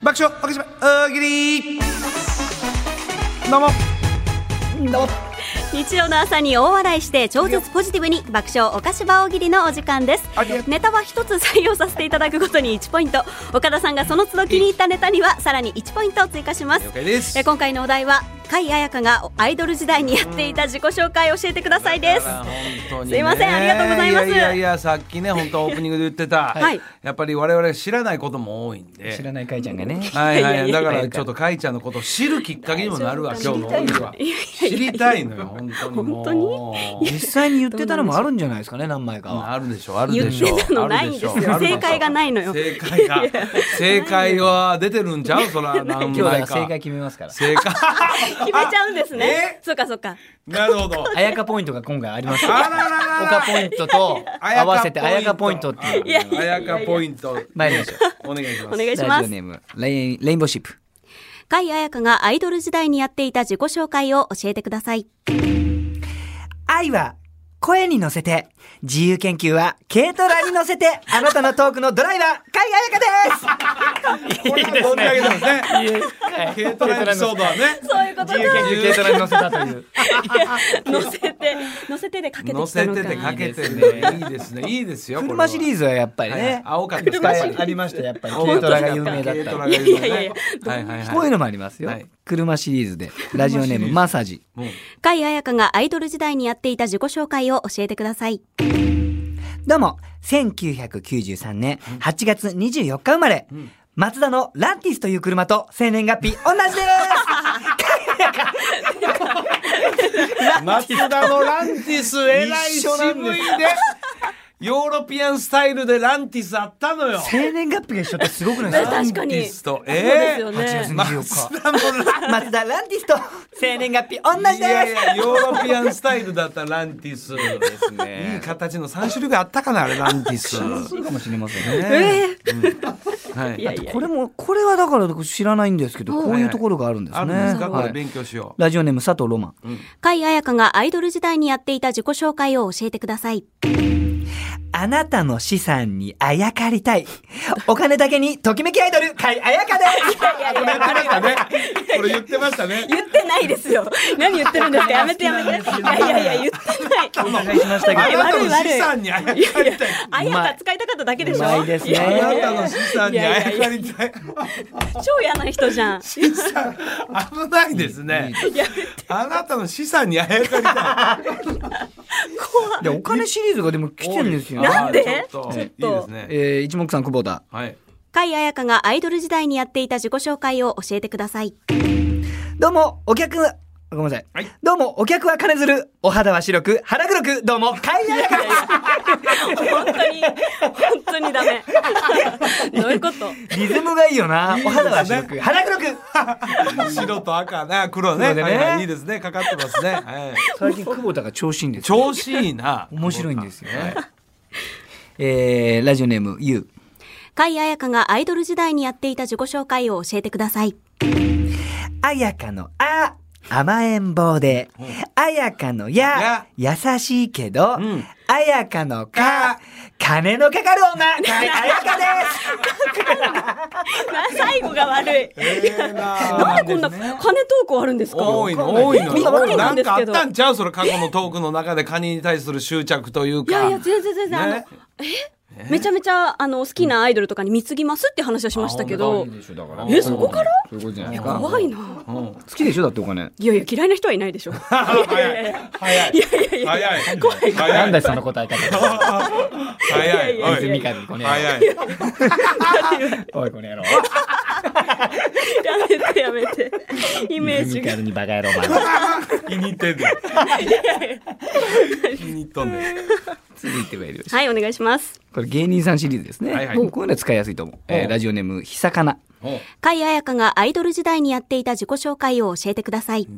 爆笑おかしま大喜利どうもどうも日曜の朝に大笑いして超絶ポジティブに爆笑おかしば大喜利のお時間ですありがとうネタは一つ採用させていただくごとに1ポイント岡田さんがその都度気に入ったネタにはさらに1ポイントを追加します了解ですえ今回のお題は甲斐彩香がアイドル時代にやっていた自己紹介を教えてくださいですだから本当にすいませんありがとうございますやいやいやさっきね本当オープニングで言ってた、はいやっぱり我々知らないことも多いんで知らないかいちゃんが ね。はいはいやいやいやだからちょっとかいちゃんのことを知るきっかけにもなるわ大丈今夫日の大喜利は知りたいのよ本当にもう本当実際に言ってたのもあるんじゃないです かね、何枚かは。あるでしょある言でっしょてたのないんですよあるでしょあるでしょ正解がないのよ正解 が正解は出てるんちゃうそら何今日枚はか正解決めますから。正解 決めちゃうんですねえそうかそうかなるほど あやかポイントが今回あります。あららららおかポイントと合わせてあやかポイントっていう。やいやあやかポイント参りましょう。お願いしまおす願いしラまジオすネームレインレインボーシップ。甲斐彩香がアイドル時代にやっていた自己紹介を教えてください愛は声に乗せて、自由研究は軽トラに乗 せて、あなたのトークのドライバー、海外彩香でこれは存じ上げてますね軽トラエピソードはねそういうことだ軽トラに乗せたという。乗せて乗せてでかけてきたの乗かせててかけてねいいですねいいですよこれは車シリーズはやっぱりはいはいね。青かっいたっぱいありました、やっぱり。軽トラが有名だった。軽トこラが有名ねいやいやいやはいはいはいういうのもありますよはい。車シリーズで。ラジオネームマッサージ。もう甲斐彩香がアイドル時代にやっていた自己紹介を教えてくださいすどうも、1993年8月24日生まれ、マツダのランティスという車と生年月日同じです松田のランティスえらい渋いでヨーロピアンスタイルでランティスあったのよ 生年月日が一緒ってすごくない ですか 確かにランティスとそうですよね8月24日。松田のランマツダランティスと生年月日同じいでやいすやヨーロピアンスタイルだったランティスです ねいい形の三種類があったかなあれランティ スそうかもしれませんね。ええはいいやいやこれも、これはだから知らないんですけど、こういうところがあるんですあるね。んですかこはれい勉強しよラジオネーム佐藤ロマン。甲斐彩香がアイドル時代にやっていた自己紹介を教えてくださいあなたの資産にあやかりたい。 お金だけにときめきアイドル、かいあやか です。うこれ言ってましたねこれ言ってましたね言ってないですよ 何言ってるん ですかやめてやめていやいやいや言ってないしましたあどなたの資産にあやかりたい彩香使いたかっただけでしょうまいですねいやいやあいなやたの資産にあやかりたい超嫌な人じゃん資産危ないですねやあなたの資産にあやかりたいでお金シリーズがでも来てるんですよ、ね。なんあでーちょっといいですね。えー、一目散久保田。はい。甲斐彩香がアイドル時代にやっていた自己紹介を教えてくださいどうも、お客は、ごめんなさい。はいどうも、お客は金づる。お肌は白く、腹黒く、どうも、かいあやかです。本当に本当にダメどういうことリズムがいいよな。お肌は白く、腹黒く。白と赤な黒ね。黒ではねいはいいいですね。かかってますね。はい。最近久保田が調子いいんですよ。調子いいな。 面白いんですよねはいえー、ラジオネーム、ゆう。甲斐彩香がアイドル時代にやっていた自己紹介を教えてくださいあやかのあ、甘えん坊で。あやかのや、優しいけど。んあやかのか、金のかかる女、かいあやかです。な最後が悪い。ええななんでこんな金トークあるんですか。多いの多いのびっくりななんんですかあけっど。たんちゃうそれ過去のトークの中でカニに対する執着といういかやいや全然全然あのねえめちゃめちゃあの好きなアイドルとかに貢ぎますって話はしましたけど。えそこから？そういうことじゃないですか。怖いな。好きでしょだってお金。いやいや嫌いな人はいないでしょ。いや いやいや早い早い怖いな早んいだよその答え方。早いおい泉風この野郎早いおい、この 野郎。やめてやめ て。イメージ泉が。風にバカ野郎、お前。気に入ってんだよ気に入っとんね続いてまいりましょはいお願いします。うこれ芸人さんシリーズですね。はいはいもうこういうのは使いやすいと思う。えー、ラジオネーム、ひさかな。甲斐彩香がアイドル時代にやっていた自己紹介を教えてください。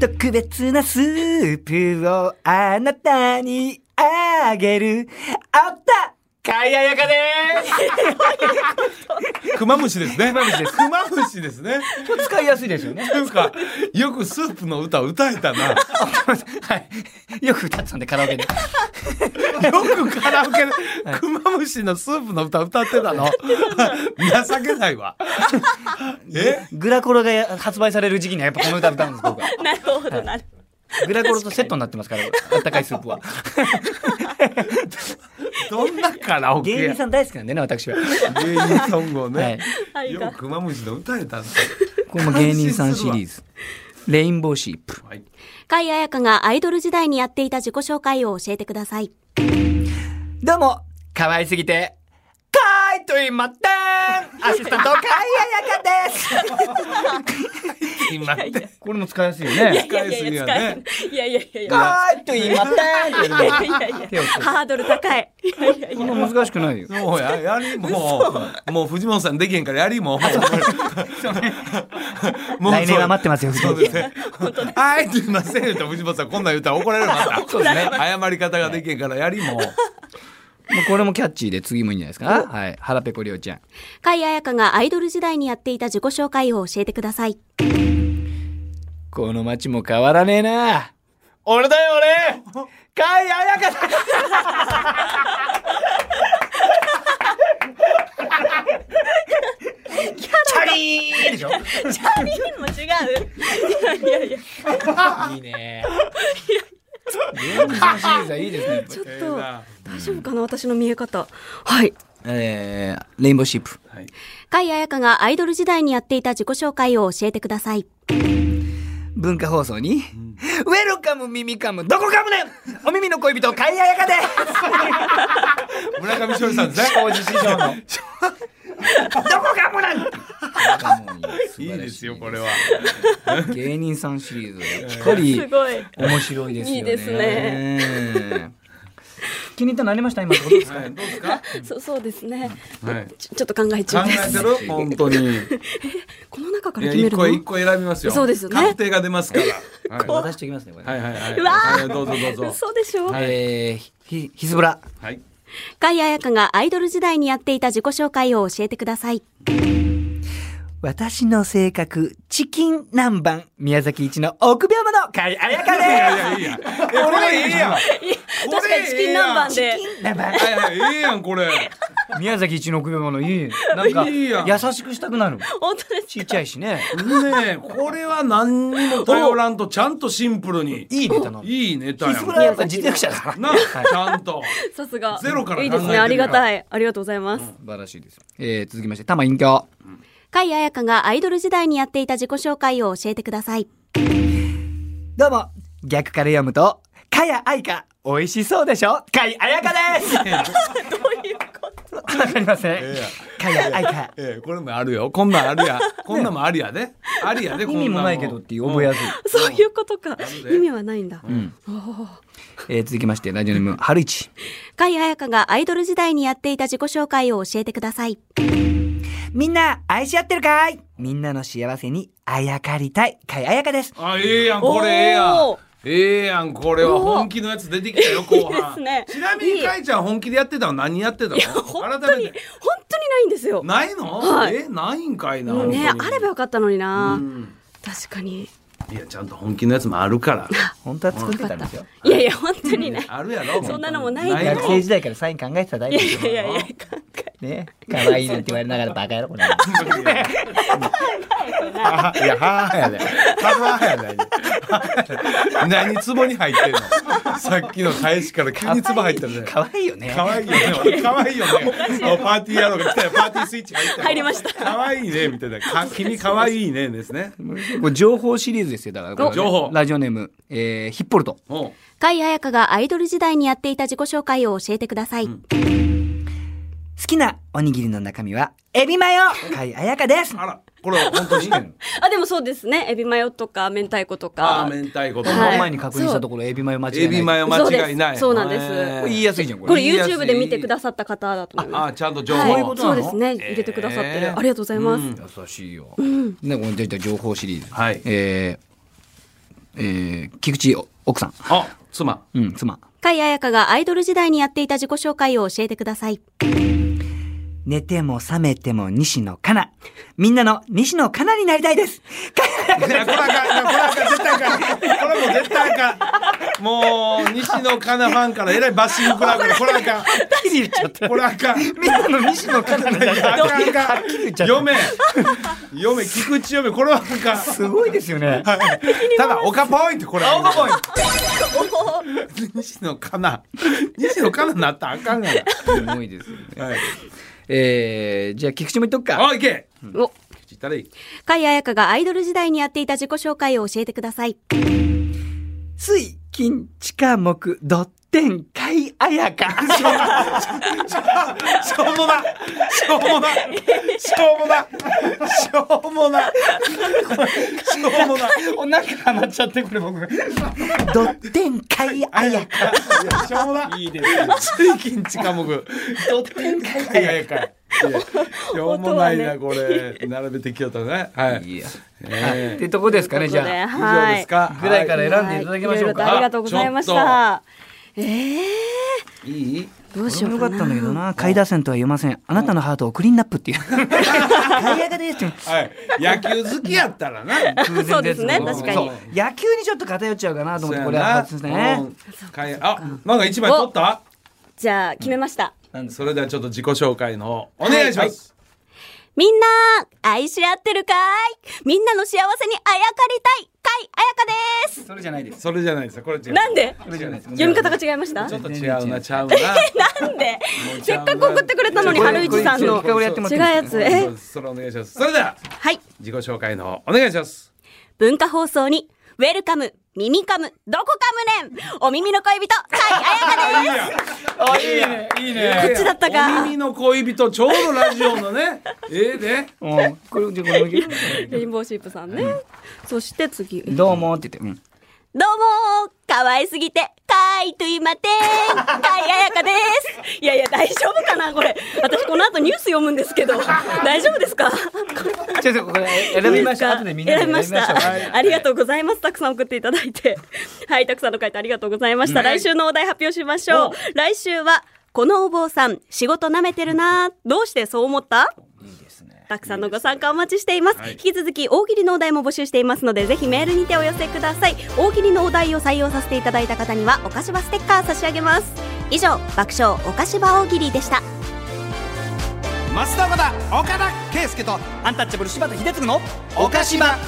特別なスープをあなたにあげる。あったかいあやかでクマムシですね。クマムシです。ね。す。使いやすいですよね。なんか、よくスープの歌歌えたな。よ はい。よく歌ってたんで、カラオケで。くカラオケで、クマムシのスープの歌歌ってたの。 情けないわ。 えグラコロが発売される時期にはやっぱこの歌歌うんです、僕は。なるほどなるグラコロとセットになってますから、あったかいスープは。どんなカラオケ芸や人さん大好きなんでね、私は。芸人ソングをはいね。。はいよくクマムシの歌えたんだこれも芸人さんシリーズ。レインボーシープ。はい甲斐彩香がアイドル時代にやっていた自己紹介を教えてくださいどうも、可愛すぎて、かーいと言いまってんアシスタント、かいあやかです今って。これも使いやすいよね。使いすぎやね。いやいやいやいやかーいと言いまってんいやいやいやハードル高 いいやいやいこやんな難しくないよ。そうや、やりもう、もう藤本さんできへんからやりも う。もう来年は待ってますよそうですね。 はい、すいません言うと藤本さんこんなん言ったら 怒られるまた。そうですね。謝り方ができへんからやりもう。もうこれもキャッチーで次もいいんじゃないですか。はい。腹ペコりょうちゃん。甲斐彩香がアイドル時代にやっていた自己紹介を教えてくださいこの街も変わらねえな。俺だよ俺かいあやかだチャリーンでしょチャリーも違ういやいやいやいいね。芸人さんシリーズはいいですね。ちょっと大丈夫かな私の見え方はいえー、レインボーシープ。甲斐彩香がアイドル時代にやっていた自己紹介を教えてください文化放送に、ウェルカム耳カムどこかむねんお耳の恋人かいあ やかで村上勝利さん全当時師匠の。どこかむなんいいですよ、これは。芸人さんシリーズやっぱりごい面白いですよね。いいですね。気に入ったのありました今のことですか、どうですかそうそうですねはい。ちょちょっと考考え中でえてする本当に。この中かいらや、決め一る個の一個選びますよ。そうですよね確定が出ますから。 はい渡しておきますねこれ。はいはいはうわい。はいどうぞどうぞ。嘘でしょ甲えー、ひヒズボラはい。斐彩香がアイドル時代にやっていた自己紹介を教えてください私の性格チキン南蛮宮崎一の臆病者かいあやかいでやいやいや。え、これいいやん。確かにチキン南蛮ではいはい、いいやん、これ。宮崎一の臆病者いいなんかいいやん優しくしたくなる本当ですちっちゃいしねねえ、これは何にも頼らんと、ちゃんとシンプルに。いいネタなのヒいいネタやズん。ボなラやっぱ実力者だから素ちゃんと。さすがゼロから考えてるからいいですねありがたいありがとうございます晴らしいですえー、続きまして玉隠居甲斐彩香がアイドル時代にやっていた自己紹介を教えてくださいどうも逆から読むとかやあいか美味しそうでしょかいあやか ですどういうことわかりませんえかやあいかええ、これもあるよ。こんなんある や。こんなんもありやで。ありやで、こん意なん味もないけどっていう覚えやすい、そういうことかで意味はないんだえー、続きましてラジオネーム春一甲斐彩香がアイドル時代にやっていた自己紹介を教えてくださいみんな愛し合ってるかいみんなの幸せにあやかりたいかいあやかですあ、ええやん、これええやんおー。ええやん、これは本気のやつ出てきたよ、後半。いいですねちなみに、かいちゃん本気でやってたの何やってたの本当改に本当にめて。ないんですよないの、はいえ、ないんかいな。ね本当にあればよかったのになうん確かにいや、ちゃんと本気のやつもあるから。本当は作ってたんですよいやいや本当に ねあるやろ。そんなのもないからの学生時代からサイン考えてた大い丈や夫いやいやいや考えね可愛いなんて言われ ながらバカやろこれあいや、はあやで。はあやで。何ツボに入ってんのさっきの返しから急にツボ入ったんだよ。可愛いよねかわいいよね。かわいいよね。パーティー野郎が来たよ。パーティースイッチ入った。入りましたかわいいね、みたいな。か 君かわいいね、ですね。これ情報シリーズですよだからこれねお情報ラジオネーム、えー、ヒッポルトも甲斐彩香がアイドル時代にやっていた自己紹介を教えてください、好きなおにぎりの中身はエビマヨかいあやかですう、あら、これは本当に。あでもそうですねエビマヨとか明太子と あかー、明太子とこはのい前に確認したところエビマヨ間違いないエビマヨ間違いない。そうですそうなんですこれ言いやすいじゃんここれれ言いやすい YouTube で見てくださった方だと思いあまー、ちゃんとす情は報。いそういうことなのですね入れてくださってる、えーありがとうございます、うん優しいよ、ねこれじゃあ情報シリーズはいえーえー、菊池奥さんあ、妻。うん妻甲斐彩香がアイドル時代にやっていた自己紹介を教えてください。寝ても覚めても西野カナ。みんなの西野カナになりたい です。かこれあかん、これあかん、絶対あかん。これもう絶対あかん。もう、西野カナファンからえらいバッシング食らうから、これあかん。きり言っちゃった。これあかん。みんなの西野カナになりたい。あかんあかん。ちゃった嫁、嫁、菊池嫁、これはあかん。 すごいですよね。ただ、岡ポイント、これ。岡ポイント。西野カナ。西野カナなったらあかんがすごいですよね。な。はい。えー、じゃあ菊池も言っとくか。あ、いけ。お、菊池たらいい。甲斐彩香がアイドル時代にやっていた自己紹介を教えてください。水、金、地下、木、ドッテン、海、彩香。 しょうもな、しょうもな、しょうもな、しょうもな、しょうもな。お腹はまっちゃってこれ僕。ドッテン、海、彩香。しょうもな。いいです。水金地下木。ドッテン会いやいやかい。いやしょうもないな、これ。並べてきよったね。はい。いや。っええてとこですかね、じというゃあ。こ以上とですか。ぐらいかはら選んでいただきましょうはいいろいろとありか。がとうございましあた。ええいいいどうしそれよもうよかな。かったんだけどな。海打線とは読ません。あなたのハートをクリーンナップっていう。海彩香ですって。はい。野球好きやったらな。そうですね、確かそにう。野球にちょっと偏っちゃうかなと思って、これそうやはな外すね。うんかいあ、なんか一枚取ったじゃあ、決めました。それではちょっと自己紹介の方、お願いします。みんな、愛し合ってるかいみんなの幸せにあやかりたい、かいあやかです。それじゃないです。それじゃないですよ。これ違う。なんでそれじゃないです。読み方が違いましたちょっなと違うな、ちゃうな。んでせっかく送ってくれたのに、これ春一さんのこれこれこれこれ俺やってもら違ってういいやつ。えそうですそれお願いします。それでは、はい。自己紹介の方、お願いします。文化放送に、ウェルカム、耳カム、どこかむねんお耳の恋人、かいあやかです。あ、いいね。いいね。こっちだったかお耳の恋人、ちょうどラジオの ね。ええで。うん。これ、じゃあこれもいけるレインボーシープさんね。そして次。どうもどうもって言って。うんー可愛すぎて、かいといまてんかいあやかですいやいや、大丈夫かなこれ。私この後ニュース読むんですけど、大丈夫ですかちょっとこれ選びましょう。後でみんなで選びました選びましょうはい。ありがとうございます。たくさん送っていただ いて。はい、たくさんの回答ありがとうございました。来週のお題発表しましょう。来週は、このお坊さん、仕事舐めてるなどうしてそう思ったたくさんのご参加お待ちしています、引き続き大喜利のお題も募集していますのでぜひメールにてお寄せください大喜利のお題を採用させていただいた方にはお菓子場ステッカー差し上げます以上爆笑お菓子場大喜利でした増田岡田岡田圭介とアンタッチャブル柴田秀嗣の岡島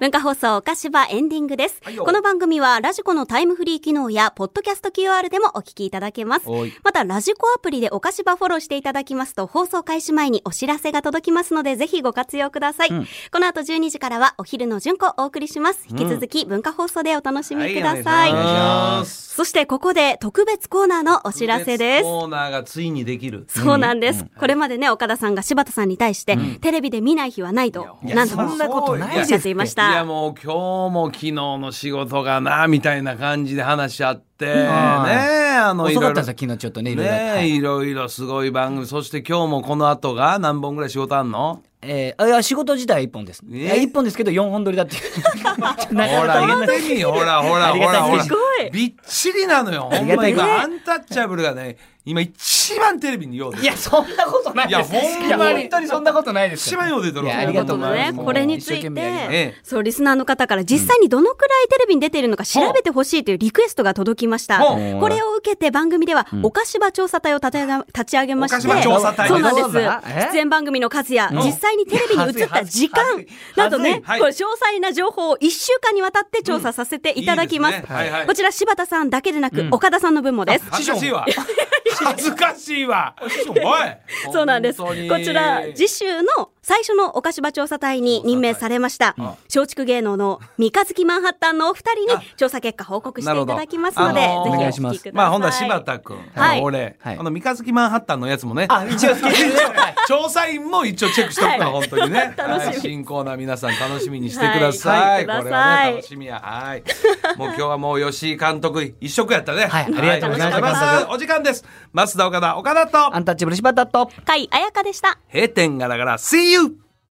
文化放送お菓子場エンディングです、この番組はラジコのタイムフリー機能やポッドキャスト QR でもお聞きいただけますおいまたラジコアプリでお菓子場フォローしていただきますと放送開始前にお知らせが届きますのでぜひご活用ください、この後12時からはお昼の順子をお送りします引き続き文化放送でお楽しみください,、お願いします。そしてここで特別コーナーのお知らせですコーナーがついにできる。そうなんです、これまでね岡田さんが柴田さんに対して、テレビで見ない日はないとなんとそもんなことなおいでっすしゃっってていましいやたもう今日も昨日の仕事がなみたいな感じで話し合って、ねえあのい遅ろかっいたろんですよ、昨日ちょっとね、いろいろあって。はねえいいろいろすごい番組そして今日もこの後が何本ぐらい仕事あんのえー、あいや仕事自体は一本です。えーいや一本ですけど四本撮りだっていう。 ほら見てみほらほらありほがらたいほらすごいびっちりなのよほんまありが今アンタッチャブルがね今一番テレビによう出いてるやそんなことないです。いやほんまにいや本当にそんなことないです一から。番よう出てるいやありというがことうごとざいまですね、これについ一生懸て、命やりますええそう、リスナーの方から実際にどのくらいテレビに出ているのか調べてほしいというリクエストが届きました。ほこれを受けて番組では、お菓子場調査隊を立てが立ち上げまして、お菓子場調査隊そうなんでどうだえす。出演番組の数や、実際にテレビに映った時は間ずいなどね、こはれい詳細な情報を1週間にわたって調査させていただきます。うんいいですねはいはいこちら柴田さんだけでなく、岡田さんの分もです。恥ずかしいわ恥ずかしいわおいそうなんです。こ本当にちら、次週の最初のお菓子場調査隊に任命されました、松竹芸能の三日月マンハッタンのお二人に調査結果報告していただきますので、なるほどぜあのーひお聞きください。まあほんなら柴田君、はい俺、はいあの三日月マンハッタンのやつもね、あ一応聞いてるね。 はい調査員も一応チェックしておくから、はい本当にね 楽しみはい新コーナー皆さん楽しみにしてくださ、はいいはいこれはくださねい楽しみやはいもう今日はもう吉井監督一色やったねはいありがとうございましたは監お時間です増田岡田岡田とアンタッチャブル柴田と。甲斐彩香でした。閉店ガラガラ See you